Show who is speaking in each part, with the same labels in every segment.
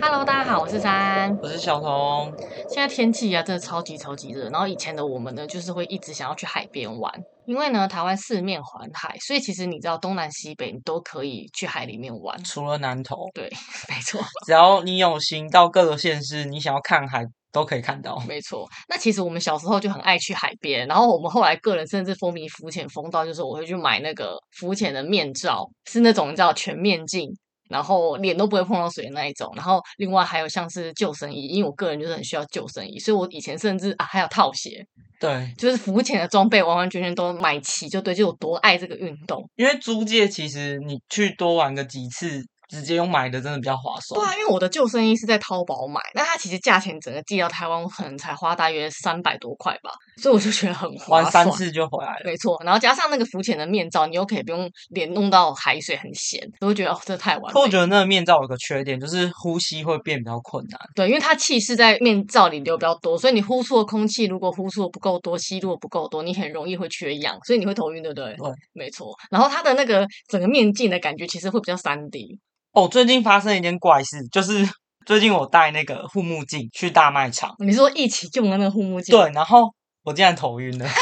Speaker 1: Hello，大家好，我是珊。
Speaker 2: 我是小童，
Speaker 1: 现在天气啊，真的超级超级热。然后以前的我们呢，就是会一直想要去海边玩，因为呢，台湾四面环海，所以其实你知道东南西北你都可以去海里面玩。
Speaker 2: 除了南投，
Speaker 1: 对，没错，
Speaker 2: 只要你有心到各个县市，你想要看海都可以看到。
Speaker 1: 没错。那其实我们小时候就很爱去海边，然后我们后来个人甚至风靡浮潜，疯到就是我会去买那个浮潜的面罩，是那种你知道全面镜。然后脸都不会碰到水的那一种，然后另外还有像是救生衣，因为我个人就是很需要救生衣，所以我以前甚至啊还有套鞋，
Speaker 2: 对，
Speaker 1: 就是浮潜的装备完完全全都买齐，就对，就有多爱这个运动。
Speaker 2: 因为租借其实你去多玩个几次，直接用买的真的比较划算。
Speaker 1: 对啊，因为我的救生衣是在淘宝买，那它其实价钱整个寄到台湾，我可能才花大约三百多块吧，所以我就觉得很划
Speaker 2: 玩
Speaker 1: 算
Speaker 2: 三。次就回来了。
Speaker 1: 没错，然后加上那个浮潜的面罩，你又可以不用脸弄到海水很咸，我就觉得哦，这太完
Speaker 2: 可我
Speaker 1: 美
Speaker 2: 觉
Speaker 1: 了。
Speaker 2: 得那个面罩有个缺点，就是呼吸会变比较困难。
Speaker 1: 对，因为它气是在面罩里流比较多，所以你呼出的空气如果呼出的不够多，吸入的不够多，你很容易会缺氧，所以你会头晕，对不对？
Speaker 2: 对，
Speaker 1: 没错。然后它的那个整个面镜的感觉其实会比较三 D，
Speaker 2: 哦，最近发生一件怪事，就是 最近我戴那个护目镜去大卖场，
Speaker 1: 你说一起用的那个护目镜，，
Speaker 2: 对，然后我竟然头晕了。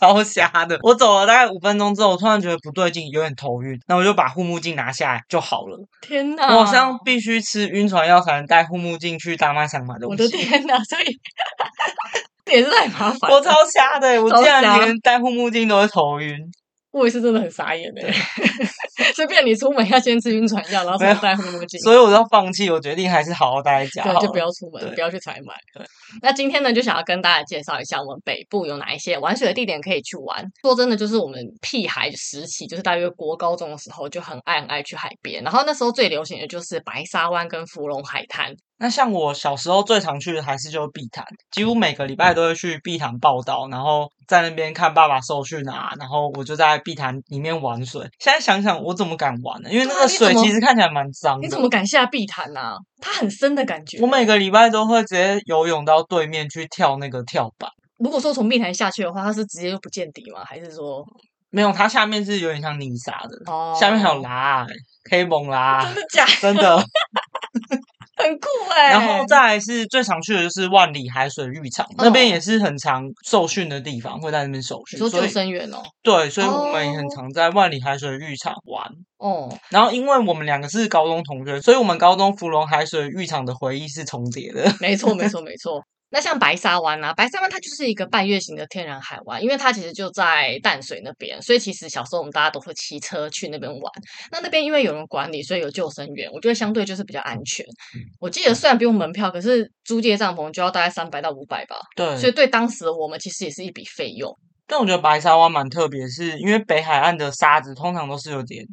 Speaker 2: 超瞎的！我走了大概五分钟之后，我突然觉得不对劲，有点头晕，那我就把护目镜拿下来就好了。
Speaker 1: 天哪！
Speaker 2: 我好像必须吃晕船药才能戴护目镜去大卖场买
Speaker 1: 我
Speaker 2: 东
Speaker 1: 的
Speaker 2: 西。
Speaker 1: 天哪，所 以这也是太麻烦了。
Speaker 2: 我超瞎的欸、我
Speaker 1: 超
Speaker 2: 竟然
Speaker 1: 瞎
Speaker 2: 连戴护目镜都会头晕。
Speaker 1: 我也是真的很傻眼哎、 随便你出门要先吃晕船药，然后才
Speaker 2: 没
Speaker 1: 能
Speaker 2: 有
Speaker 1: 戴护目镜。
Speaker 2: 所以我就放弃，我决定还是好好待在家好
Speaker 1: 对，
Speaker 2: 了。
Speaker 1: 就不要出门，
Speaker 2: 对
Speaker 1: 不要去采买
Speaker 2: 对。
Speaker 1: 那今天呢，就想要跟大家介绍一下我们北部有哪一些玩水的地点可以去玩。说真的，就是我们屁孩时期，就是大约国高中的时候，就很爱很爱去海边。然后那时候最流行的就是白沙湾跟芙蓉海滩。
Speaker 2: 那像我小时候最常去的还是就是碧潭，几乎每个礼拜都会去碧潭报道，然后在那边看爸爸受训啊，然后我就在碧潭里面玩水。现在想想，我怎么敢玩呢？因为那
Speaker 1: 对啊
Speaker 2: 个
Speaker 1: 你怎
Speaker 2: 水
Speaker 1: 么
Speaker 2: 其实看起来蛮脏
Speaker 1: 你
Speaker 2: 的
Speaker 1: 怎。么敢下碧潭啊？它很深的感觉。
Speaker 2: 我每个礼拜都会直接游泳到对面去跳那个跳板。
Speaker 1: 如果说从碧潭下去的话，它是直接就不见底吗？还是说
Speaker 2: 没有，它下面是有点像泥沙的，
Speaker 1: 哦
Speaker 2: 下面还有拉、黑蒙拉
Speaker 1: 真，的假？
Speaker 2: 真的。
Speaker 1: 很酷哎、
Speaker 2: 然后再来是最常去的就是万里海水浴场，那边也是很常受训的地方，会在那边受
Speaker 1: 嗯你
Speaker 2: 训。
Speaker 1: 说
Speaker 2: 所
Speaker 1: 救
Speaker 2: 以
Speaker 1: 生员哦，
Speaker 2: 对，所以我们也
Speaker 1: 哦
Speaker 2: 很常在万里海水浴场玩。
Speaker 1: 哦，
Speaker 2: 然后因为我们两个是高中同学，所以我们高中芙蓉海水浴场的回忆是重叠的。
Speaker 1: 没错，没错，没错。那像白沙湾啊，白沙湾它就是一个半月形的天然海湾，因为它其实就在淡水那边，所以其实小时候我们大家都会骑车去那边玩。那那边因为有人管理，所以有救生员，我觉得相对就是比较安全。
Speaker 2: 嗯
Speaker 1: 我记得虽然不用门票，可是租借帐篷就要大概三百到五百吧，
Speaker 2: 对，
Speaker 1: 所以对当时的我们其实也是一笔费用。
Speaker 2: 但我觉得白沙湾蛮特别，是因为北海岸的沙子通常都是有点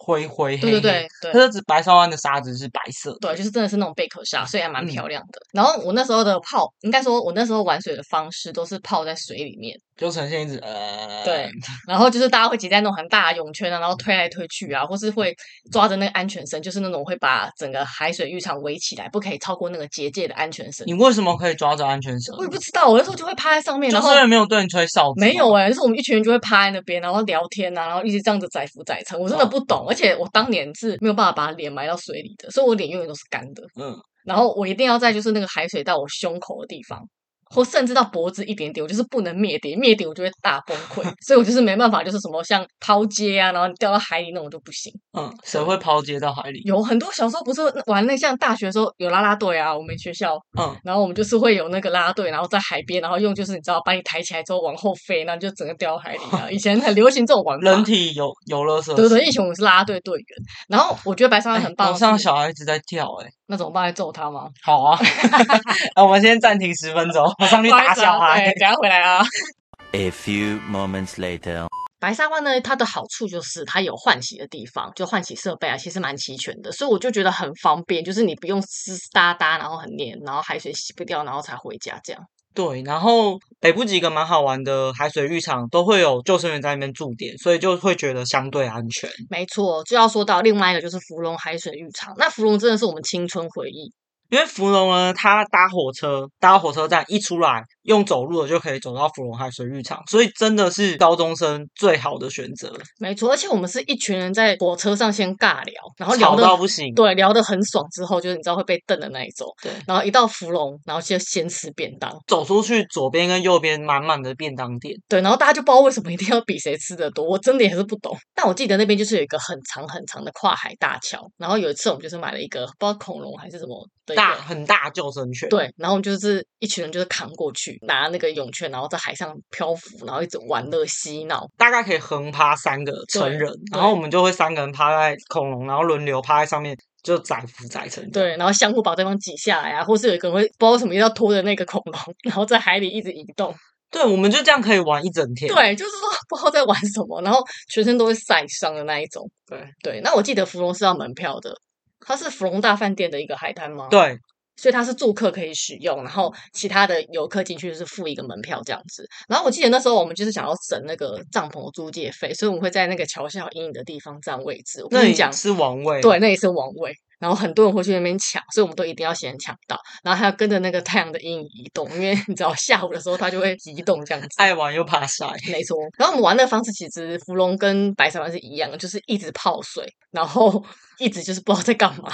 Speaker 2: 灰灰黑
Speaker 1: 对对
Speaker 2: 黑，
Speaker 1: 对对。
Speaker 2: 可是白沙湾的沙子是白色的。
Speaker 1: 对，就是真的是那种贝壳鲨，所以还蛮
Speaker 2: 嗯
Speaker 1: 漂亮的。然后我那时候的泡，应该说我那时候玩水的方式都是泡在水里面，
Speaker 2: 就呈现一只呃，
Speaker 1: 对，然后就是大家会挤在那种很大的泳圈啊，然后推来推去啊，或是会抓着那个安全绳，就是那种会把整个海水浴场围起来，不可以超过那个结界的安全绳
Speaker 2: 你。为什么可以抓着安全绳
Speaker 1: 我？也不知道，我那时候就会趴在上面，
Speaker 2: 就
Speaker 1: 然后
Speaker 2: 是人没有对你吹哨子，
Speaker 1: 没有，哎、就是我们一群人就会趴在那边，然后聊天啊，然后一直这样子载浮载沉。我真的
Speaker 2: 哦
Speaker 1: 不懂，而且我当年是没有办法把脸埋到水里的，所以我脸永远都是干的。
Speaker 2: 嗯，
Speaker 1: 然后我一定要在就是那个海水到我胸口的地方，或甚至到脖子一点点，我就是不能灭顶，灭顶我就会大崩 溃，所以我就是没办法，就是什么像抛接啊，然后掉到海里那种就不行。
Speaker 2: 嗯，谁会抛接到海里？
Speaker 1: 有很多小时候不是玩那像大学的时候有啦啦队啊，我们学校，
Speaker 2: 嗯，
Speaker 1: 然后我们就是会有那个啦啦队，然后在海边，然后用就是你知道把你抬起来之后往后飞，然后就整个掉到海里啊。以前很流行这种玩法，
Speaker 2: 人体游游乐设
Speaker 1: 对
Speaker 2: 施，
Speaker 1: 对，以前我们是啦啦队队员，然后我觉得白沙湾
Speaker 2: 哎
Speaker 1: 很棒
Speaker 2: 楼
Speaker 1: 的是，
Speaker 2: 上小孩一直在跳，哎，
Speaker 1: 那怎么办？揍他吗？
Speaker 2: 好啊， 那我们先暂停十 分钟，我上去
Speaker 1: 不好意
Speaker 2: 打
Speaker 1: 思啊
Speaker 2: 小孩
Speaker 1: 对。等一下回来啊。
Speaker 3: A few moments later.
Speaker 1: 白沙湾呢，它的好处就是它有换洗的地方，就换洗设备啊，其实蛮齐全的，所以我就觉得很方便，就是你不用湿湿哒哒，然后很黏，然后海水洗不掉，然后才回家这样。
Speaker 2: 对，然后北部几个蛮好玩的海水浴场都会有救生员在那边驻点，所以就会觉得相对安全。
Speaker 1: 没错，就要说到另外一个就是芙蓉海水浴场，那芙蓉真的是我们青春回忆。
Speaker 2: 因为芙蓉呢，它搭火车，搭火车站一出来，用走路的就可以走到芙蓉海水浴场，所以真的是高中生最好的选择，
Speaker 1: 没错，而且我们是一群人在火车上先尬聊， 然后聊
Speaker 2: 吵
Speaker 1: 的
Speaker 2: 到不行。
Speaker 1: 对聊得很爽之后，就是你知道会被瞪的那一种。
Speaker 2: 对
Speaker 1: 然后一到芙蓉，然后就先吃便当，
Speaker 2: 走出去，左边跟右边满满的便当店，
Speaker 1: 对，然后大家就不知道为什么一定要比谁吃的多，我真的也是不懂。但我记得那边就是有一个很长很长的跨海大桥，然后有一次我们就是买了一个不知道恐龙还是什么的一个
Speaker 2: 大很大救生圈。
Speaker 1: 对，然后我们就是一群人就是扛过去，拿那个泳圈，然后在海上漂浮，然后一直玩乐嬉闹。
Speaker 2: 大概可以横趴三个成
Speaker 1: 对
Speaker 2: 人，然
Speaker 1: 对
Speaker 2: 后我们就会三个人趴在恐龙，然后轮流趴在上面，就载浮载沉。，
Speaker 1: 对，然后相互把对方挤下来啊，或是有一个人会不知道为什么要拖着那个恐龙，然后在海里一直移动。
Speaker 2: 对，我们就这样可以玩一整天。
Speaker 1: 对，就是说不知道在玩什么，然后全身都会晒伤的那一种。
Speaker 2: 对
Speaker 1: 对，那我记得芙蓉是要门票的，它是芙蓉大饭店的一个海滩吗？，
Speaker 2: 对
Speaker 1: 所以它是住客可以使用，然后其他的游客进去就是付一个门票这样子。然后我记得那时候我们就是想要省那个帐篷的租借费，所以我们会在那个桥下有阴影的地方占位置。我
Speaker 2: 那
Speaker 1: 跟
Speaker 2: 里
Speaker 1: 你讲，
Speaker 2: 是王位。
Speaker 1: 对，那也是王位。然后很多人会去那边抢，所以我们都一定要先抢到，然后还要跟着那个太阳的阴影移动，因为你知道下午的时候它就会移动这样子。
Speaker 2: 爱玩又怕晒，
Speaker 1: 没错，然后我们玩的方式其实芙蓉跟白沙湾是一样的，就是一直泡水，然后一直就是不知道在干嘛，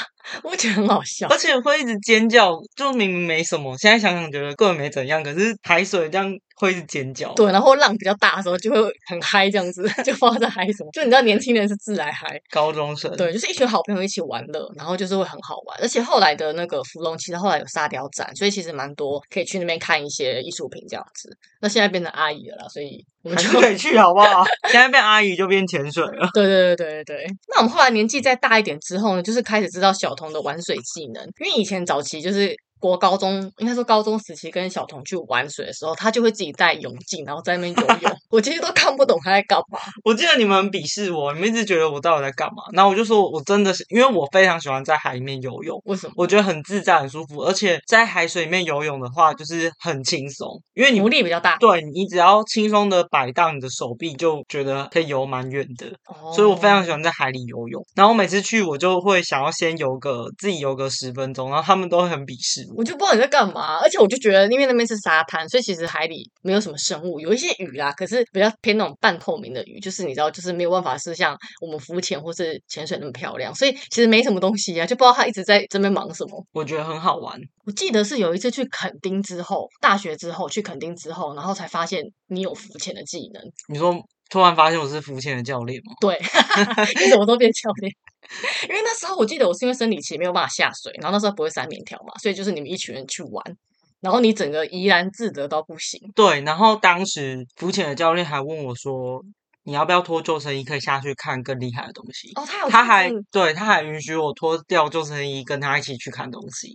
Speaker 1: 我觉得很好笑
Speaker 2: 而。且会一直尖叫，就明明没什么，现在想想觉得根本没怎样，可是海水这样会一直尖叫。
Speaker 1: 对，然后浪比较大的时候就会很嗨，这样子 就不知道在嗨什么。就你知道，年轻人是自来嗨，
Speaker 2: 高中生，
Speaker 1: 对，就是一群好朋友一起玩乐，然后就是会很好玩。而且后来的那个芙蓉，其实后来有沙雕展，所以其实蛮多可以去那边看一些艺术品这样子。那现在变成阿姨了啦，所以我们
Speaker 2: 还
Speaker 1: 就是
Speaker 2: 可以啊去好 不好？现在变阿姨就变潜水了。
Speaker 1: 对对对对对。那我们后来年纪再大一点之后呢，就是开始知道小童的玩水技能，因为以前早期就是。国高中应该说高中时期跟小童去玩水的时候，他就会自己带泳镜，然后在那边游 泳。我其实都看不懂他在干嘛。
Speaker 2: 我记得你们鄙视我，你们一直觉得我到底在干嘛？然后我就说，我真的是因为我非常喜欢在海里面游泳。
Speaker 1: 为什么？
Speaker 2: 我觉得很自在、很舒服，而且在海水里面游泳的话，就是很轻松，因为你
Speaker 1: 浮力比较大，
Speaker 2: 对你只要轻松的摆荡你的手臂，就觉得可以游蛮远的。
Speaker 1: 哦
Speaker 2: 所以我非常喜
Speaker 1: 欢。
Speaker 2: 欢在海里游泳。然后每次去，我就会想要先游个自己游个十分钟，然后他们都会很鄙视我。
Speaker 1: 我就不知道你在干嘛，而且我就觉得，因为那边是沙滩，所以其实海里没有什么生物，有一些鱼啦，可是比较偏那种半透明的鱼，就是你知道，就是没有办法是像我们浮潜或是潜水那么漂亮，所以其实没什么东西啊，就不知道他一直在这边忙什么。
Speaker 2: 我觉得很好玩。
Speaker 1: 我记得是有一次去垦丁之后，大学之后去垦丁之后，然后才发现你有浮潜的技能。
Speaker 2: 你说突然发现我是浮潜的教练吗？
Speaker 1: 对， 你怎么都变教练？因为那时候我记得我是因为生理期没有办法下水，然后那时候不会塞棉条嘛，所以就是你们一群人去玩，然后你整个怡然自得到不行。
Speaker 2: 对，然后当时浮潜的教练还问我说：“你要不要脱救生衣，可以下去看更厉害的东西？”
Speaker 1: 哦，他有
Speaker 2: 他
Speaker 1: 这
Speaker 2: 还
Speaker 1: 样
Speaker 2: 对，他还允许我脱掉救生衣，跟他一起去看东西。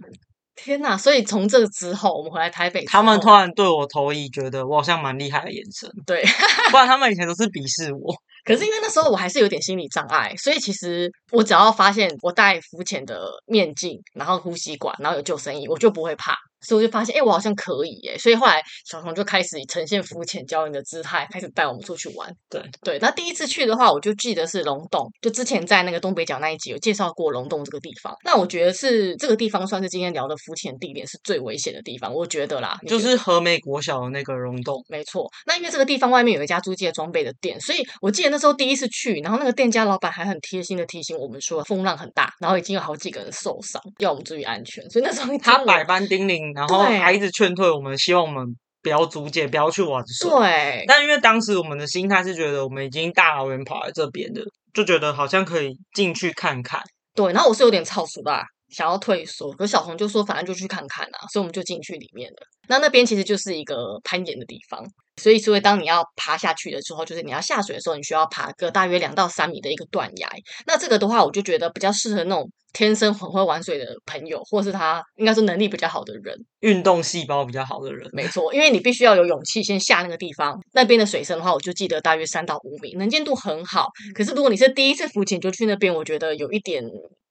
Speaker 1: 天哪！所以从这之后，我们回来台北之后，
Speaker 2: 他们突然对我投以觉得我好像蛮厉害的眼神，
Speaker 1: 对，
Speaker 2: 不然他们以前都是鄙视我。
Speaker 1: 可是因为那时候我还是有点心理障碍，所以其实我只要发现我戴浮潜的面镜，然后呼吸管，然后有救生衣，我就不会怕。所以我就发现，哎、我好像可以耶、所以后来小童就开始呈现浮潜教练的姿态，开始带我们出去玩。
Speaker 2: 对
Speaker 1: 对，那第一次去的话，我就记得是龙洞，就之前在那个东北角那一集有介绍过龙洞这个地方。那我觉得是这个地方算是今天聊的浮潜地点是最危险的地方，我觉得啦，你
Speaker 2: 就
Speaker 1: 觉得
Speaker 2: 是和美国小的那个溶洞，
Speaker 1: 没错，那因为这个地方外面有一家租借装备的店，所以我记得那时候第一次去，然后那个店家老板还很贴心的提醒我们说风浪很大，然后已经有好几个人受伤，要我们注意安全。所以那时候一听
Speaker 2: 他
Speaker 1: 我
Speaker 2: 百般叮咛，然后
Speaker 1: 对
Speaker 2: 还一直劝退我们，希望我们不要租借，不要去玩水。
Speaker 1: 对
Speaker 2: 但因为当时我们的心态是觉得我们已经大老远跑来这边的，就觉得好像可以进去看看。
Speaker 1: 对，然后我是有点超熟啦，想要退缩，可是小红就说反正就去看看啊，所以我们就进去里面了。那那边其实就是一个攀岩的地方，所以所以当你要爬下去的时候，就是你要下水的时候，你需要爬个大约两到三米的一个断崖。那这个的话，我就觉得比较适合那种天生很会玩水的朋友，或是他应该说能力比较好的人。
Speaker 2: 运动细胞比较好的人，
Speaker 1: 没错，因为你必须要有勇气先下那个地方。那边的水深的话，我就记得大约三到五米，能见度很好。可是如果你是第一次浮潜就去那边，我觉得有一点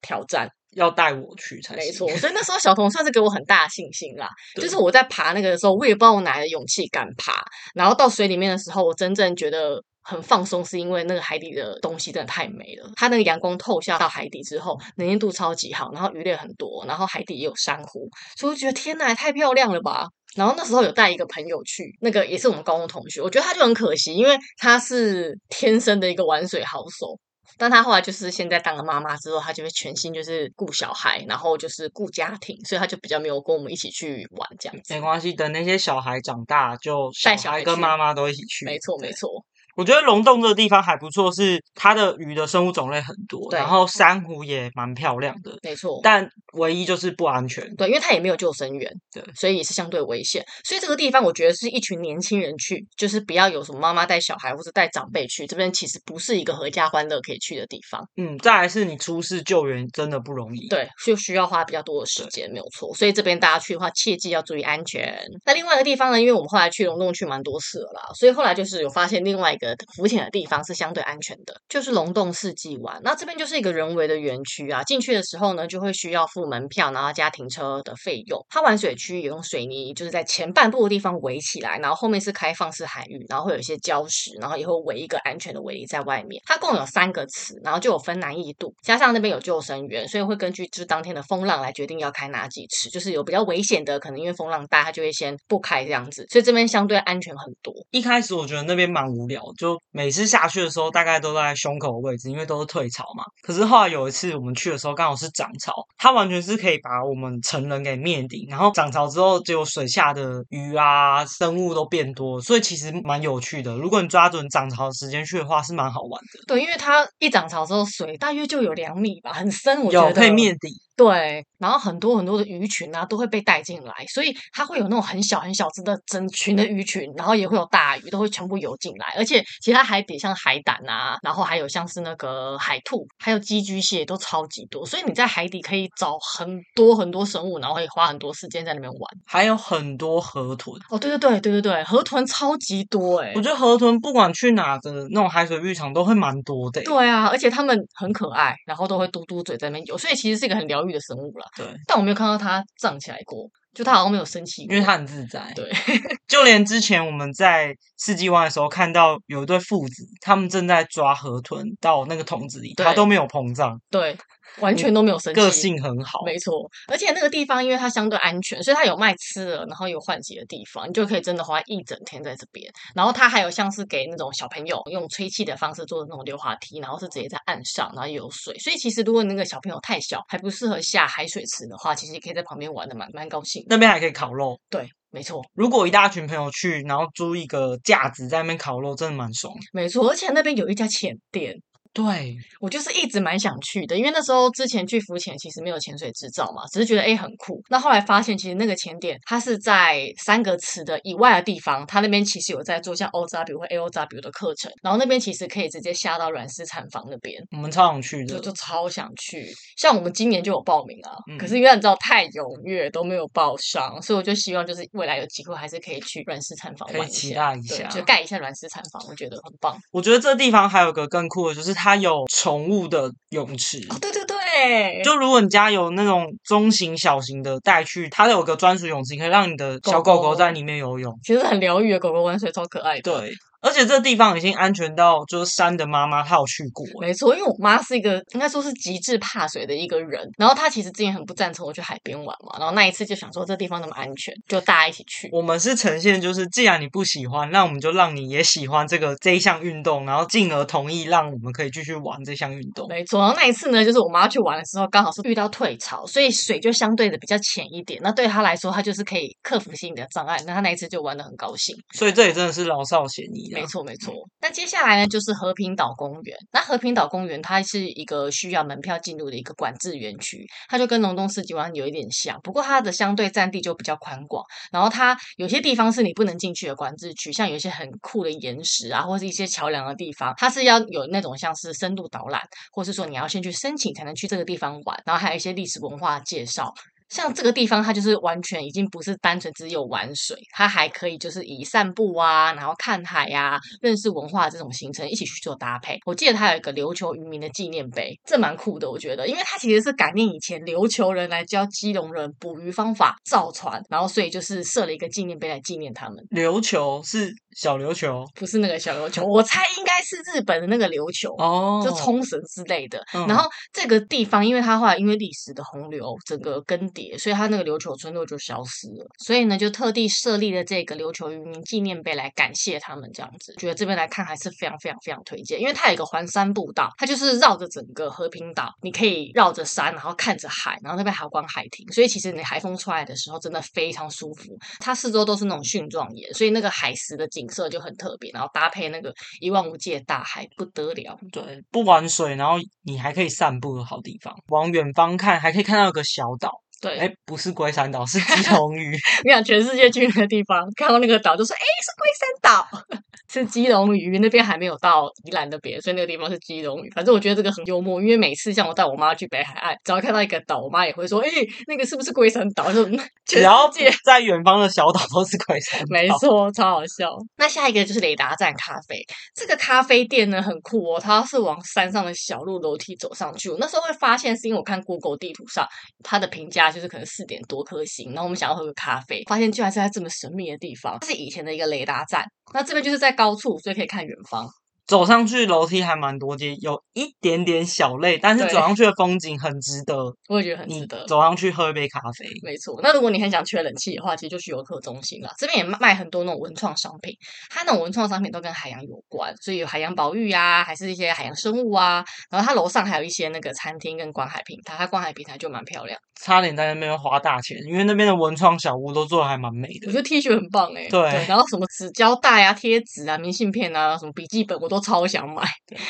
Speaker 1: 挑战。
Speaker 2: 要带我去才行。
Speaker 1: 没错，所以那时候小童算是给我很大的信心啦。
Speaker 2: 对
Speaker 1: 就是我在爬那个的时候，我也不知道我哪来的勇气敢爬，然后到水里面的时候，我真正觉得。很放松，是因为那个海底的东西真的太美了。它那个阳光透下到海底之后，能见度超级好，然后鱼类很多，然后海底也有珊瑚，所以我就觉得天呐，也太漂亮了吧！然后那时候有带一个朋友去，那个也是我们高中同学，我觉得他就很可惜，因为他是天生的一个玩水好手。但他后来就是现在当了妈妈之后，他就会全心就是顾小孩，然后就是顾家庭，所以他就比较没有跟我们一起去玩这样子
Speaker 2: 没。关系，等那些小孩长大，就
Speaker 1: 带小
Speaker 2: 孩
Speaker 1: 孩
Speaker 2: 跟
Speaker 1: 去
Speaker 2: 妈妈都一起去。
Speaker 1: 没错，没
Speaker 2: 对
Speaker 1: 错，
Speaker 2: 我觉得龙洞这个地方还不错，是它的鱼的生物种类很多，
Speaker 1: 对
Speaker 2: 然后珊瑚也蛮漂亮的，
Speaker 1: 没错。
Speaker 2: 但唯一就是不安全。
Speaker 1: 对，因为他也没有救生员，
Speaker 2: 对
Speaker 1: 所以也是相对危险。所以这个地方，我觉得是一群年轻人去，就是不要有什么妈妈带小孩或者带长辈去，这边其实不是一个合家欢乐可以去的地方。
Speaker 2: 嗯，再来是你出事救援真的不容易。，
Speaker 1: 对，就需要花比较多的时间，没有错。所以这边大家去的话，切记要注意安全。那另外一个地方呢，因为我们后来去龙洞去蛮多次了啦，所以后来就是有发现另外一个浮潜的地方是相对安全的，就是龙洞世纪湾。那这边就是一个人为的园区啊，进去的时候呢，就会需要付门票，然后加停车的费用。它玩水区也用水泥，就是在前半部的地方围起来，然后后面是开放式海域，然后会有一些礁石，然后也会围一个安全的围篱在外面。它共有三个词，然后就有分难易度，加上那边有救生员，所以会根据就是当天的风浪来决定要开哪几次。就是有比较危险的，可能因为风浪大，它就会先不开这样子，所以这边相对安全很多。
Speaker 2: 一开始我觉得那边蛮无聊，就每次下去的时候大概都在胸口的位置，因为都是退潮嘛。可是后来有一次我们去的时候刚好是涨潮，它完全是可以把我们成人给灭顶。然后涨潮之后，结果水下的鱼啊生物都变多，所以其实蛮有趣的。如果你抓准涨潮的时间去的话，是蛮好玩的。
Speaker 1: 对，因为它一涨潮之后，水大约就有两米吧，很深，我觉
Speaker 2: 有
Speaker 1: 得
Speaker 2: 可以灭顶，
Speaker 1: 对，然后很多很多的鱼群啊都会被带进来，所以它会有那种很小很小只的整群的鱼群，然后也会有大鱼都会全部游进来，而且其他海底像海胆啊，然后还有像是那个海兔，还有寄居蟹都超级多，所以你在海底可以找很多很多生物，然后可以花很多时间在那边玩。
Speaker 2: 还有很多河豚。
Speaker 1: 哦，对对对对对对，河豚超级多欸诶、
Speaker 2: 我觉得河豚不管去哪的那种海水浴场都会蛮多的欸、
Speaker 1: 对啊，而且它们很可爱，然后都会嘟嘟嘴在那边游，所以其实是一个很疗愈的生物啦。
Speaker 2: 对，
Speaker 1: 但我没有看到它胀起来过，就它好像没有生气过，
Speaker 2: 因为它很自在。
Speaker 1: 对，
Speaker 2: 就连之前我们在世纪湾的时候看到有一对父子，他们正在抓河豚到那个桶子里，它
Speaker 1: 对
Speaker 2: 都没有膨胀，
Speaker 1: 对，完全都没有生气，
Speaker 2: 嗯个性很好。
Speaker 1: 没错。而且那个地方因为它相对安全，所以它有卖吃的，然后有换洗的地方，你就可以真的花一整天在这边。然后它还有像是给那种小朋友用吹气的方式做的那种溜滑梯，然后是直接在岸上，然后也有水。所以其实如果那个小朋友太小，还不适合下海水池的话，其实也可以在旁边玩的蛮蛮高兴的。
Speaker 2: 那边还可以烤肉。
Speaker 1: 对，没错。
Speaker 2: 如果一大群朋友去，然后租一个架子在那边烤肉，真的蛮爽的。
Speaker 1: 没错，而且那边有一家潜店，
Speaker 2: 对，
Speaker 1: 我就是一直蛮想去的，因为那时候之前去浮潜其实没有潜水执照嘛，只是觉得诶、很酷。那后来发现其实那个潜点它是在三个池的以外的地方，它那边其实有在做像 OW 或 AOW 的课程，然后那边其实可以直接下到软丝产房那边。
Speaker 2: 我们超想去
Speaker 1: 就
Speaker 2: 的。
Speaker 1: 就超想去，像我们今年就有报名啊，可
Speaker 2: 嗯
Speaker 1: 是因为你知道太踊跃都没有报上，所以我就希望就是未来有机会还是可以去软丝产房
Speaker 2: 可以
Speaker 1: 玩一
Speaker 2: 期
Speaker 1: 下，
Speaker 2: 待一
Speaker 1: 对，
Speaker 2: 下
Speaker 1: 就盖一下软丝产房，我觉得很棒。
Speaker 2: 我觉得这地方还有个更酷的，就是它有宠物的泳池。
Speaker 1: 哦，对对对，
Speaker 2: 就如果你家有那种中型、小型的带去，它有个专属泳池，可以让你的小狗
Speaker 1: 狗
Speaker 2: 狗
Speaker 1: 狗
Speaker 2: 在里面游泳。
Speaker 1: 其实很疗愈的，狗狗玩水超可爱的。
Speaker 2: 对，而且这地方已经安全到，就是山的妈妈她有去过欸，
Speaker 1: 没错，因为我妈是一个应该说是极致怕水的一个人，然后她其实之前很不赞成我去海边玩嘛，然后那一次就想说这地方那么安全，就大家一起去。
Speaker 2: 我们是呈现就是，既然你不喜欢，那我们就让你也喜欢这个这一项运动，然后进而同意让我们可以继续玩这项运动。
Speaker 1: 没错，然后那一次呢，就是我妈去玩的时候，刚好是遇到退潮，所以水就相对的比较浅一点。那对她来说，她就是可以克服心理的障碍。那她那一次就玩的很高兴。
Speaker 2: 所以这也真的是老少咸宜啦
Speaker 1: 没。错，没错。那接下来呢，就是和平岛公园。那和平岛公园它是一个需要门票进入的一个管制园区，它就跟龙洞市集湾有一点像，不过它的相对占地就比较宽广。然后它有些地方是你不能进去的管制区，像有一些很酷的岩石啊，或是一些桥梁的地方，它是要有那种像是深度导览，或是说你要先去申请才能去这个地方玩。然后还有一些历史文化介绍，像这个地方，它就是完全已经不是单纯只有玩水，它还可以就是以散步啊，然后看海呀、认识文化这种行程一起去做搭配。我记得它有一个琉球渔民的纪念碑，这蛮酷的，我觉得，因为它其实是感念以前琉球人来教基隆人捕鱼方法、造船，然后所以就是设了一个纪念碑来纪念他们。
Speaker 2: 琉球是小琉球
Speaker 1: 不是那个小琉球，我猜应该是日本的那个琉球。
Speaker 2: 哦，
Speaker 1: 就冲绳之类的。
Speaker 2: 嗯
Speaker 1: 然后这个地方，因为它后来因为历史的洪流整个更迭，所以它那个琉球村落就消失了。所以呢，就特地设立了这个琉球渔民纪念碑来感谢他们这样子。觉得这边来看还是非常非常非常推荐，因为它有一个环山步道，它就是绕着整个和平岛，你可以绕着山，然后看着海，然后那边还有观海亭，所以其实你海风出来的时候真的非常舒服。它四周都是那种蕈状岩，所以那个海石的景色就很特别，然后搭配那个一望无际的大海，不得了。
Speaker 2: 对，不玩水，然后你还可以散步的好地方，往远方看还可以看到一个小岛，
Speaker 1: 对，
Speaker 2: 哎，不是龟山岛， 是基隆屿。
Speaker 1: 你想全世界去那个地方，看到那个岛就说：“哎、是龟山岛， 是基隆屿。”那边还没有到宜兰那边，所以那个地方是基隆屿。反正我觉得这个很幽默，因为每次像我带我妈去北海岸，只要看到一个岛，我妈也会说：“哎、那个是不是龟山岛？” 就嗯全
Speaker 2: 只要
Speaker 1: 世界
Speaker 2: 在远方的小岛都是龟山岛。
Speaker 1: 没错，超好笑。那下一个就是雷达站咖啡，这个咖啡店呢很酷哦，它是往山上的小路楼梯走上去。我那时候会发现，是因为我看 Google 地图上它的评价就是可能四点多颗星，然后我们想要喝个咖啡，发现居然是在这么神秘的地方，它是以前的一个雷达站。那这边就是在高处，所以可以看远方。
Speaker 2: 走上去楼梯还蛮多阶，有一点点小累，但是
Speaker 1: 对
Speaker 2: 走上去的风景很值得。
Speaker 1: 我也觉得 很值
Speaker 2: 你
Speaker 1: 得。
Speaker 2: 走上去喝一杯咖啡，
Speaker 1: 没错，那如果你很想缺冷气的话，其实就去游客中心啦。这边也卖很多那种文创商品，它那种文创商品都跟海洋有关，所以有海洋保育啊，还是一些海洋生物啊。然后它楼上还有一些那个餐厅跟观海平台，它观海平台就蛮漂亮。
Speaker 2: 差点在那边花大钱，因为那边的文创小屋都做的还蛮美
Speaker 1: 我
Speaker 2: 的
Speaker 1: 觉。得 T 恤很棒哎、
Speaker 2: 对
Speaker 1: 然后什么纸胶带啊、贴纸啊、明信片啊、什么笔记本，我都超想买。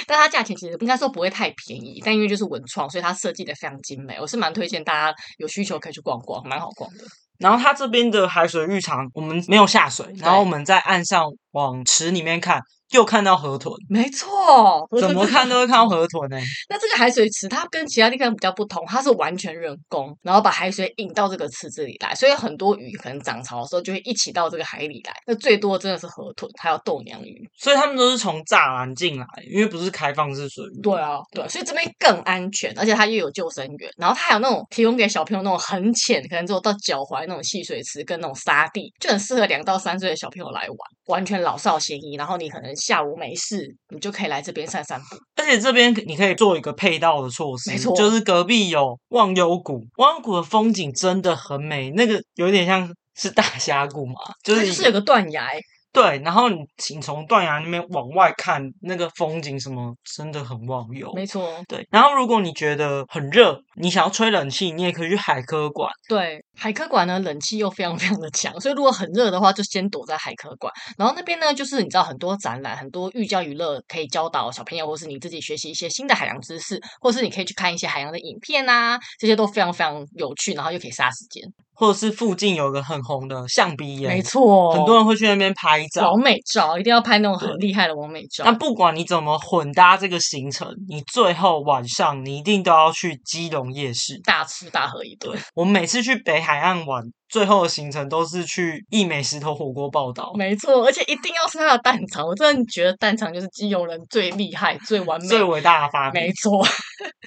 Speaker 1: 但它价钱其实应该说不会太便宜，但因为就是文创，所以它设计的非常精美，我是蛮推荐大家有需求可以去逛逛，蛮好逛的。
Speaker 2: 然后它这边的海水浴场，我们没有下水，然后我们在岸上往池里面看，又看到河豚，
Speaker 1: 没错， 我
Speaker 2: 怎
Speaker 1: 真
Speaker 2: 么
Speaker 1: 的
Speaker 2: 看都会看到河豚欸呢、
Speaker 1: 那这个海水池它跟其他地方比较不同，它是完全人工，然后把海水引到这个池子里来，所以很多鱼可能涨潮的时候就会一起到这个海里来。那最多真的是河豚，还有豆娘鱼。
Speaker 2: 所以他们都是从栅栏进来，因为不是开放式水域。
Speaker 1: 对啊，对，所以这边更安全，而且它又有救生员，然后它还有那种提供给小朋友那种很浅，可能只有到脚踝那种戏水池跟那种沙地，就很适合两到三岁的小朋友来玩，完全老少咸宜。然后你可能下午没事，你就可以来这边散散步。
Speaker 2: 而且这边你可以做一个配套的措施，
Speaker 1: 没错
Speaker 2: 就是隔壁有忘忧谷，忘忧谷的风景真的很美，那个有点像是大峡谷嘛，就
Speaker 1: 它
Speaker 2: 是
Speaker 1: 就是有个断崖，
Speaker 2: 对，然后你请从断崖那边往外看，那个风景什么真的很忘忧。
Speaker 1: 没错，
Speaker 2: 对，然后如果你觉得很热，你想要吹冷气，你也可以去海科馆。
Speaker 1: 对，海科馆呢冷气又非常非常的强，所以如果很热的话，就先躲在海科馆。然后那边呢，就是你知道很多展览、很多寓教于乐，可以教导小朋友，或是你自己学习一些新的海洋知识，或是你可以去看一些海洋的影片啊，这些都非常非常有趣，然后又可以杀时间。
Speaker 2: 或者是附近有个很红的象鼻岩，
Speaker 1: 没错，
Speaker 2: 很多人会去那边拍照
Speaker 1: 完。美照一定要拍那种很
Speaker 2: 对
Speaker 1: 厉害的完美照
Speaker 2: 但。不管你怎么混搭这个行程，你最后晚上你一定都要去基隆夜市。
Speaker 1: 大吃大喝一顿，
Speaker 2: 我每次去北海岸玩，最后的行程都是去一美石头火锅报道，
Speaker 1: 没错，而且一定要吃它的蛋肠。我真的觉得蛋肠就是基隆人最厉害、最完美
Speaker 2: 最伟大的发明
Speaker 1: 没。错，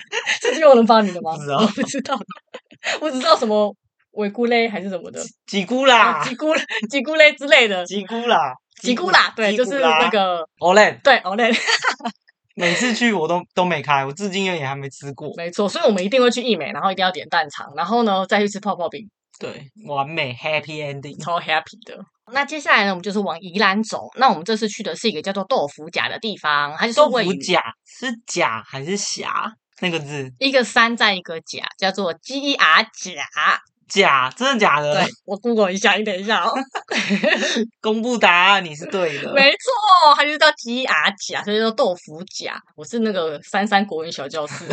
Speaker 1: 这是用人帮你的吗？
Speaker 2: 不知道
Speaker 1: 我不知道， 我只知道什么尾菇类还是什么的，
Speaker 2: 吉姑 啦，
Speaker 1: 啊吉菇吉菇类之类的，
Speaker 2: 吉姑啦，
Speaker 1: 吉菇啦，对，就是那个
Speaker 2: 欧嘞。
Speaker 1: 对 哦类，
Speaker 2: 每次去我都都没开，我至今也还没吃过。
Speaker 1: 没错，所以我们一定会去义美，然后一定要点蛋肠，然后呢再去吃泡泡饼，
Speaker 2: 对，完美 happy ending。
Speaker 1: 超 happy 的。那接下来呢，我们就是往宜兰走。那我们这次去的是一个叫做豆腐甲的地方，它就是
Speaker 2: 豆
Speaker 1: 位
Speaker 2: 腐
Speaker 1: 于
Speaker 2: 甲是甲还是霞？那个字
Speaker 1: 一个山在一个甲，叫做 G E R 甲。
Speaker 2: 甲，真的假
Speaker 1: 对
Speaker 2: 的？，
Speaker 1: 我 Google 一下，你等一下哦。
Speaker 2: 公布答案，你是对的。
Speaker 1: 没错，它就是叫鸡牙甲，所以叫豆腐甲。我是那个三三国文小教 师。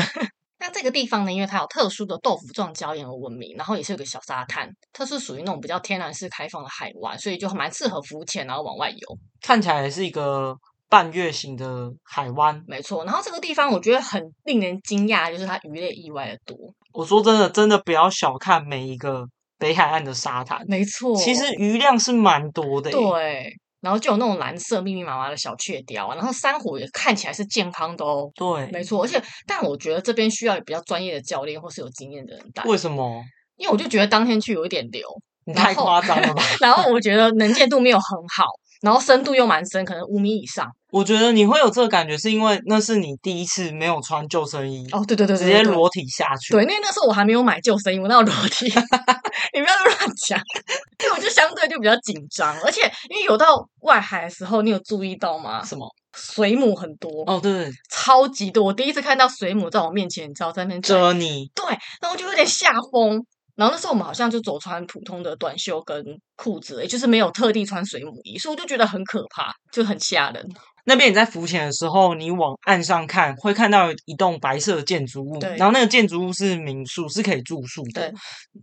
Speaker 1: 那这个地方呢，因为它有特殊的豆腐状礁岩而闻名，然后也是有个小沙滩，它是属于那种比较天然式开放的海湾，所以就蛮适合浮潜，然后往外游。
Speaker 2: 看起来也是一个半月形的海湾。
Speaker 1: 没错。然后这个地方我觉得很令人惊讶，就是它鱼类意外的多。
Speaker 2: 我说真的，真的不要小看每一个北海岸的沙滩，
Speaker 1: 没错，
Speaker 2: 其实鱼量是蛮多的耶。
Speaker 1: 对。然后就有那种蓝色密密麻麻的小雀鲷啊，然后珊瑚也看起来是健康的哦。
Speaker 2: 对，
Speaker 1: 没错，而且但我觉得这边需要有比较专业的教练或是有经验的人带，
Speaker 2: 为什么？
Speaker 1: 因为我就觉得当天去有一点流，
Speaker 2: 你
Speaker 1: 然
Speaker 2: 太
Speaker 1: 后
Speaker 2: 夸张 了吧？
Speaker 1: 然后我觉得能见度没有很好，然后深度又蛮深，可能五米以上。
Speaker 2: 我觉得你会有这个感觉，是因为那是你第一次没有穿救生衣，
Speaker 1: 哦，对对对
Speaker 2: 直
Speaker 1: 对，
Speaker 2: 接
Speaker 1: 对。
Speaker 2: 裸体下去。
Speaker 1: 对，因为那时候我还没有买救生衣，我哪有裸体？ 你不要乱讲。 对，我就相对就比较紧张，而且因为有到外海的时候，你有注意到吗？
Speaker 2: 什么？
Speaker 1: 水母很多，
Speaker 2: 哦，对对，
Speaker 1: 超级多。我第一次看到水母在我面前，你知道在那边
Speaker 2: 遮你
Speaker 1: 对，然后就有点吓疯。然后那时候我们好像就走穿普通的短袖跟裤子而已，也就是没有特地穿水母衣，所以我就觉得很可怕，就很吓人。
Speaker 2: 那边你在浮潜的时候，你往岸上看，会看到一栋白色的建筑物，
Speaker 1: 对
Speaker 2: 然后那个建筑物是民宿，是可以住宿的
Speaker 1: 对，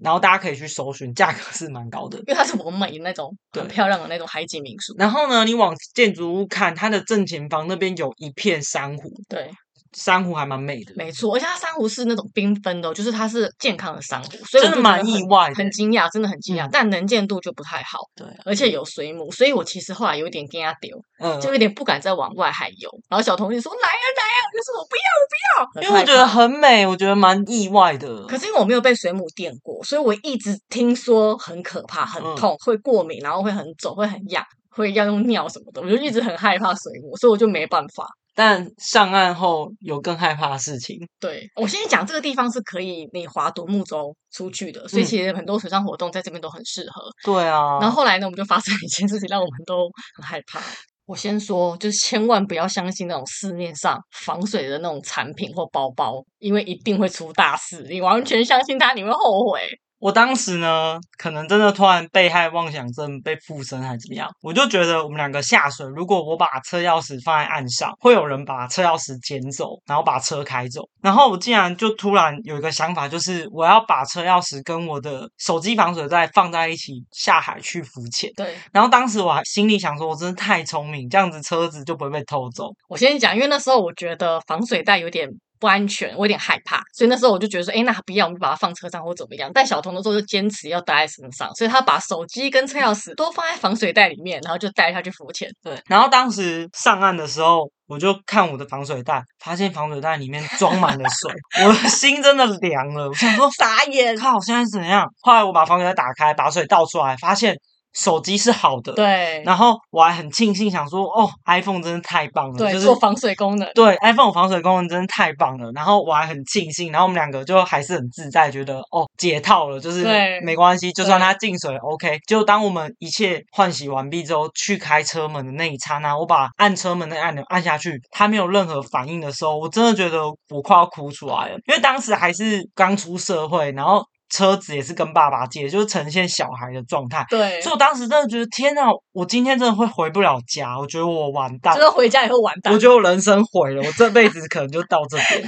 Speaker 2: 然后大家可以去搜寻，价格是蛮高的。
Speaker 1: 因为它是我美那种很
Speaker 2: 对
Speaker 1: 漂亮的那种海景民宿，
Speaker 2: 然后呢，你往建筑物看，它的正前方那边有一片珊瑚，
Speaker 1: 对，
Speaker 2: 珊瑚还蛮美的。
Speaker 1: 没错。而且它珊瑚是那种缤纷的哦，就是它是健康的珊瑚，所以
Speaker 2: 真
Speaker 1: 我就
Speaker 2: 的
Speaker 1: 觉
Speaker 2: 蛮
Speaker 1: 得
Speaker 2: 意
Speaker 1: 很
Speaker 2: 外的
Speaker 1: 很惊讶，真的很惊讶。
Speaker 2: 嗯
Speaker 1: 但能见度就不太好，
Speaker 2: 对，
Speaker 1: 而且有水母，所以我其实后来有一点跟他丢，
Speaker 2: 嗯，
Speaker 1: 就有点不敢再往外海游。然后小同学说：“来呀、来呀、我就说：“我不要，我不要。”
Speaker 2: 因为我觉得很美，我觉得蛮意外的。
Speaker 1: 可是因为我没有被水母电过，所以我一直听说很可怕、很
Speaker 2: 嗯
Speaker 1: 痛、会过敏，然后会很肿、会很痒、会要用尿什么的，我就一直很害怕水母，所以我就没办法。
Speaker 2: 但上岸后有更害怕的事情，
Speaker 1: 对我先讲这个地方是可以你划独木舟出去的，所以
Speaker 2: 嗯
Speaker 1: 其实很多水上活动在这边都很适合。
Speaker 2: 对啊，
Speaker 1: 然后后来呢，我们就发生了一件事情，让我们都很害怕。我先说，就是千万不要相信那种市面上防水的那种产品或包包，因为一定会出大事。你完全相信它，你会后悔。
Speaker 2: 我当时呢，可能真的突然被害妄想症被附身还是怎么样，我就觉得我们两个下水，如果我把车钥匙放在岸上，会有人把车钥匙捡走，然后把车开走。然后我竟然就突然有一个想法，就是我要把车钥匙跟我的手机防水袋放在一起下海去浮潜。
Speaker 1: 对，
Speaker 2: 然后当时我还心里想说，我真的太聪明，这样子车子就不会被偷走。
Speaker 1: 我先讲，因为那时候我觉得防水袋有点不安全，我有点害怕，所以那时候我就觉得说，哎，那不要，我们就把它放车上或怎么样。但小童的时候就坚持要带在身上，所以他把手机跟车钥匙都放在防水袋里面，然后就带他去浮潜。
Speaker 2: 对，然后当时上岸的时候，我就看我的防水袋，发现防水袋里面装满了水，我 的心真的凉了。我想说，
Speaker 1: 傻眼，
Speaker 2: 靠，现在是怎样？后来我把防水袋打开，把水倒出来，发现手机是好的。。
Speaker 1: 对
Speaker 2: 然后我还很庆幸，想说，哦，iPhone 真的太棒了，
Speaker 1: 对，
Speaker 2: 就是
Speaker 1: 做防水功能。
Speaker 2: 对 iPhone 防水功能真的太棒了。然后我还很庆幸，然后我们两个就还是很自在，觉得哦解套了，就是
Speaker 1: 对
Speaker 2: 没关系，就算
Speaker 1: 对
Speaker 2: 它进水 OK。就当我们一切换洗完毕之后，去开车门的那一刹那，我把按车门的按钮按下去，它没有任何反应的时候，我真的觉得我快要哭出来了，因为当时还是刚出社会，然后。车子也是跟爸爸借，就是呈现小孩的状态，
Speaker 1: 对，
Speaker 2: 所以我当时真的觉得天哪，我今天真的会回不了家，我觉得我完蛋了
Speaker 1: 真的回家以后完蛋
Speaker 2: 我。觉得我人生毁了，我这辈子可能就到这边。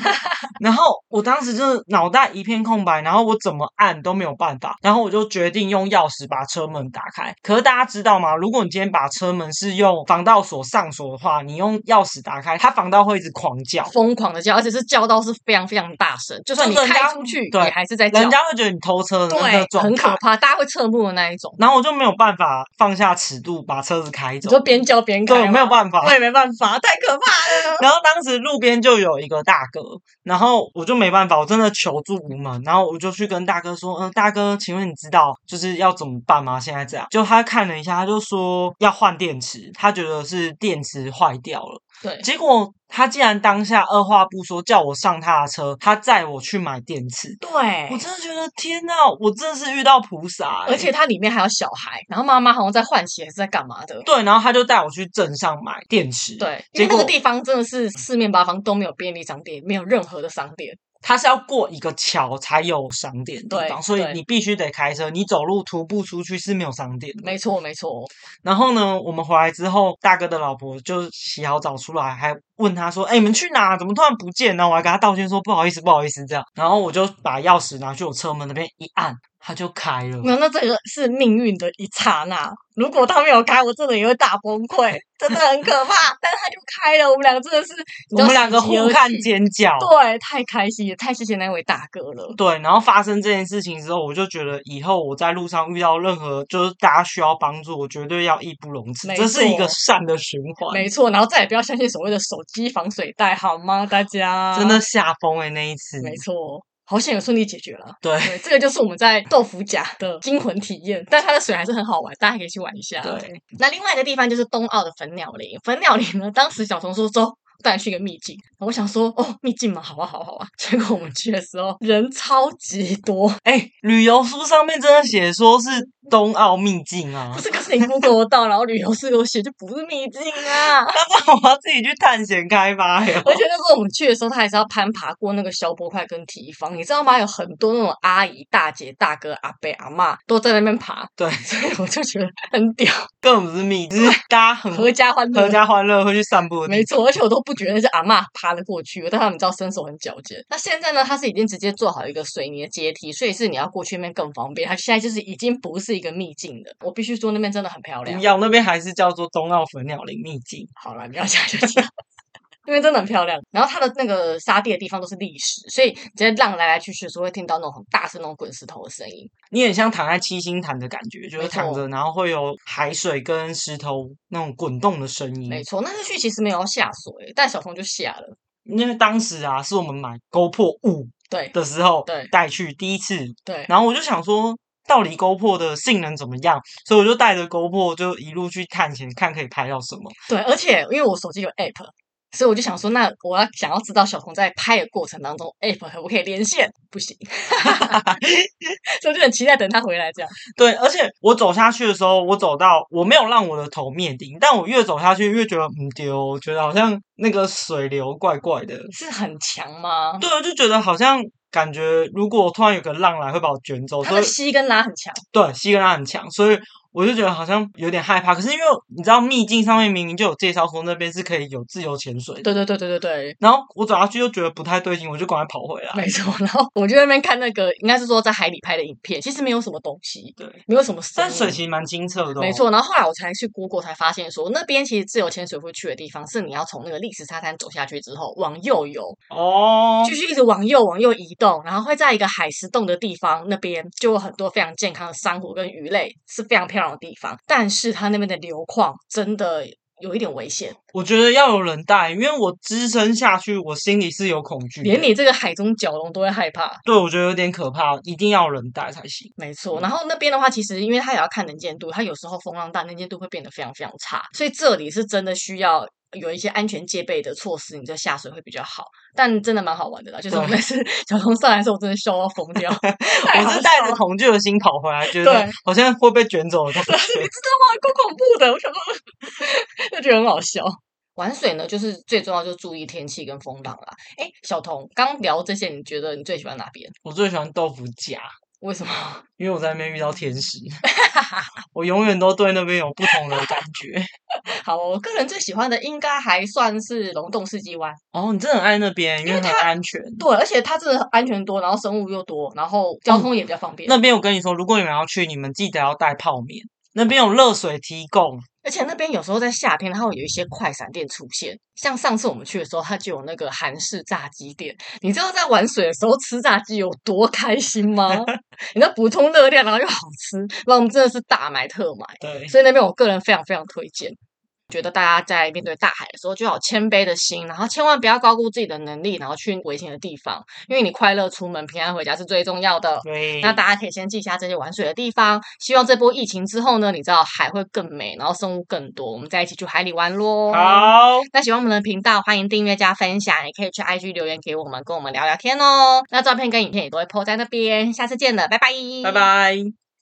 Speaker 2: 然后我当时就是脑袋一片空白，然后我怎么按都没有办法，然后我就决定用钥匙把车门打开。可是大家知道吗？如果你今天把车门是用防盗锁上锁的话，你用钥匙打开，它防盗会一直狂叫，
Speaker 1: 疯狂的叫，而且是叫到是非常非常大声，就算你
Speaker 2: 就人
Speaker 1: 开
Speaker 2: 家
Speaker 1: 出去，
Speaker 2: 对
Speaker 1: 也还是在叫
Speaker 2: 人，家会觉得你偷车的那个
Speaker 1: 对，
Speaker 2: 状
Speaker 1: 很可
Speaker 2: 态。
Speaker 1: 怕，大家会侧目的那一种。
Speaker 2: 然后我就没有办法放下尺度把车子开
Speaker 1: 你
Speaker 2: 走
Speaker 1: 说，边叫边开
Speaker 2: 对，
Speaker 1: 吗，
Speaker 2: 我没有办法
Speaker 1: 我。也没办法，太可怕了。
Speaker 2: 然后当时路边就有一个大哥，然后我就没办法，我真的求助无门，然后我就去跟大哥说，嗯、大哥，请问你知道就是要怎么办吗？现在这样，就他看了一下，他就说要换电池，他觉得是电池坏掉了。
Speaker 1: 对，
Speaker 2: 结果他竟然当下二话不说叫我上他的车，他载我去买电池。
Speaker 1: 对
Speaker 2: 我真的觉得天呐，我真的是遇到菩萨欸、
Speaker 1: 而且它里面还有小孩，然后妈妈好像在换血还是在干嘛的。
Speaker 2: 对，然后他就带我去镇上买电池。，
Speaker 1: 对，因
Speaker 2: 结
Speaker 1: 为那个
Speaker 2: 果
Speaker 1: 地方真的是四面八方都没有便利商店，没有任何的商店。
Speaker 2: 它是要过一个桥才有商店的地
Speaker 1: 对
Speaker 2: 方，所以
Speaker 1: 对
Speaker 2: 你必须得开车，你走路徒步出去是没有商店的。
Speaker 1: 没错，没错，
Speaker 2: 然后呢，我们回来之后，大哥的老婆就洗好澡出来，还问他说：“哎、你们去哪？怎么突然不见？”然后我还跟他道歉说：“不好意思，不好意思。”这样，然后我就把钥匙拿去我车门那边一按，它就开了。
Speaker 1: 没有，那这个是命运的一刹那。如果他没有开，我真的也会大崩溃，真的很可怕。但是他就开了，我们俩真的是，你知
Speaker 2: 我
Speaker 1: 道
Speaker 2: 们两个
Speaker 1: 喜极
Speaker 2: 互
Speaker 1: 而
Speaker 2: 看
Speaker 1: 泣
Speaker 2: 尖叫，
Speaker 1: 对，太开心了，太谢谢那位大哥了。
Speaker 2: 对，然后发生这件事情之后，我就觉得以后我在路上遇到任何就是大家需要帮助，我绝对要义不容辞，
Speaker 1: 没
Speaker 2: 这是一个
Speaker 1: 错
Speaker 2: 善的循环。
Speaker 1: 没错，然后再也不要相信所谓的手机防水袋，好吗？大家
Speaker 2: 真的吓疯哎那一次，
Speaker 1: 嗯没错，好险有顺利解决了。
Speaker 2: 对
Speaker 1: 对，这个就是我们在豆腐甲的惊魂体验，但它的水还是很好玩，大家可以去玩一下。
Speaker 2: 对，
Speaker 1: 那另外一个地方就是东澳的粉鸟林，粉鸟林呢，当时小童说走。带你去一个秘境，然后我想说哦，秘境嘛，好啊，好啊，好啊。结果我们去的时候人超级多，
Speaker 2: 哎、旅游书上面真的写说是冬奥秘境啊
Speaker 1: 不，是，可是你 Google 得到，然后旅游是有写，就不是秘境 啊。
Speaker 2: 那我要自己去探险开发 哟。
Speaker 1: 而且那时候我们去的时候，他还是要攀爬过那个消波块跟提防，你知道吗？有很多那种阿姨、大姐、大哥、阿伯、阿嬷都在那边爬，
Speaker 2: 对，
Speaker 1: 所以我就觉得很屌，
Speaker 2: 根本不是秘境，就是大家很
Speaker 1: 合家欢乐
Speaker 2: 嗯合。家欢乐会去散步的地
Speaker 1: 没错，而且我都不觉得那是阿嬷爬得过去，但他们知道伸手很矫健。那现在呢，它是已经直接做好一个水泥的阶梯，所以是你要过去那边更方便。它现在就是已经不是一个秘境了，我必须说那边真的很漂
Speaker 2: 方。
Speaker 1: 亮
Speaker 2: 不。要那边还是叫做冬奥粉鸟林秘境，
Speaker 1: 好了，聊一下就 知道。因为真的很漂亮，然后它的那个沙地的地方都是砾石，所以你在浪来来去去的时候会听到那种很大声那种滚石头的声音。
Speaker 2: 你很像躺在七星潭的感觉，就是
Speaker 1: 没
Speaker 2: 躺
Speaker 1: 错
Speaker 2: 着，然后会有海水跟石头那种滚动的声音。
Speaker 1: 没错，那次去其实没有要下水，但小童就下了。
Speaker 2: 因为当时啊，是我们买 GoPro 五
Speaker 1: 对
Speaker 2: 的时候
Speaker 1: 对
Speaker 2: 带去第一次，
Speaker 1: 对，
Speaker 2: 然后我就想说，到底 GoPro 的性能怎么样？所以我就带着 GoPro 就一路去探险，看可以拍到什么。
Speaker 1: 对，而且因为我手机有 app，所以我就想说，那我要想要知道小童在拍的过程当中，app 可不可以连线？不行， 所以我就很期待等他回来这样。
Speaker 2: 对，而且我走下去的时候，我走到我没有让我的头灭顶，但我越走下去越觉得嗯丢，我觉得好像那个水流怪怪的。
Speaker 1: 是很强吗？
Speaker 2: 对，我就觉得好像感觉如果突然有个浪来会把我卷走，
Speaker 1: 他
Speaker 2: 所以
Speaker 1: 的吸跟拉很强。
Speaker 2: 对吸跟拉很强，所以我就觉得好像有点害怕。可是因为你知道秘境上面明明就有介绍说那边是可以有自由潜水的，
Speaker 1: 对对对对对对，
Speaker 2: 然后我走下去就觉得不太对劲，我就赶快跑回来。
Speaker 1: 没错，然后我就在那边看那个，应该是说在海里拍的影片，其实没有什么东西，
Speaker 2: 对，
Speaker 1: 没有什么生
Speaker 2: 但
Speaker 1: 物
Speaker 2: 水其实蛮清澈的、哦
Speaker 1: 没，错，然后后来我才去 Google 才发现说，那边其实自由潜水会去的地方是你要从那个砾石沙滩走下去之后往右游，
Speaker 2: 哦，
Speaker 1: 继续一直往右往右移动，然后会在一个海石洞的地方，那边就有很多非常健康的珊瑚跟鱼类，是非常漂亮的地方。但是它那边的流况真的有一点危险，
Speaker 2: 我觉得要有人带，因为我只身下去，我心里是有恐惧的。
Speaker 1: 连你这个海中蛟龙都会害怕。
Speaker 2: 对我觉得有点可怕，一定要有人带才行。
Speaker 1: 没错，然后那边的话，其实因为它也要看能见度，它有时候风浪大，能见度会变得非常非常差，所以这里是真的需要有一些安全戒备的措施，你再下水会比较好。但真的蛮好玩的啦，就是我
Speaker 2: 对
Speaker 1: 那次 小童上来的时候，我真的笑到疯掉， 太
Speaker 2: 我
Speaker 1: 好
Speaker 2: 是带
Speaker 1: 笑
Speaker 2: 着
Speaker 1: 了
Speaker 2: 恐惧的心跑回来，觉得
Speaker 1: 对
Speaker 2: 好像会被卷走的感觉。
Speaker 1: 知道吗？够恐怖的，我想说， 就觉得很好笑。玩水呢，就是最重要就注意天气跟风浪啦。哎，小童刚聊这些，你觉得你最喜欢哪边？
Speaker 2: 我最喜欢豆腐夹，
Speaker 1: 为什么？
Speaker 2: 因为我在那边遇到天使，我永远都对那边有不同的感觉。
Speaker 1: 好，我个人最喜欢的应该还算是龙洞世纪湾。
Speaker 2: 哦，你真的很爱那边，因
Speaker 1: 因
Speaker 2: 为
Speaker 1: 为
Speaker 2: 很
Speaker 1: 它
Speaker 2: 安全。
Speaker 1: 对，而且它真的安全多，然后生物又多，然后交通也比较方便。
Speaker 2: 那边我跟你说，如果你们要去，你们记得要带泡面。那边有热水提供，
Speaker 1: 而且那边有时候在夏天，它会有一些快闪店出现。像上次我们去的时候，它就有那个韩式炸鸡店。你知道在玩水的时候吃炸鸡有多开心吗？你知道补充热量，然后又好吃，然后我们真的是大买特买。
Speaker 2: 对，
Speaker 1: 所以那边我个人非常非常推荐。觉得大家在面对大海的时候，就要有谦卑的心，然后千万不要高估自己的能力，然后去危险的地方，因为你快乐出门、平安回家是最重要的。
Speaker 2: 对，
Speaker 1: 那大家可以先记下这些玩水的地方。希望这波疫情之后呢，你知道海会更美，然后生物更多，我们再一起去海里玩喽。。
Speaker 2: 好，
Speaker 1: 那喜欢我们的频道，欢迎订阅加分享，也可以去 IG 留言给我们，跟我们聊聊天哦。那照片跟影片也都会 po 在那边，下次见了，拜拜，
Speaker 2: 拜。拜。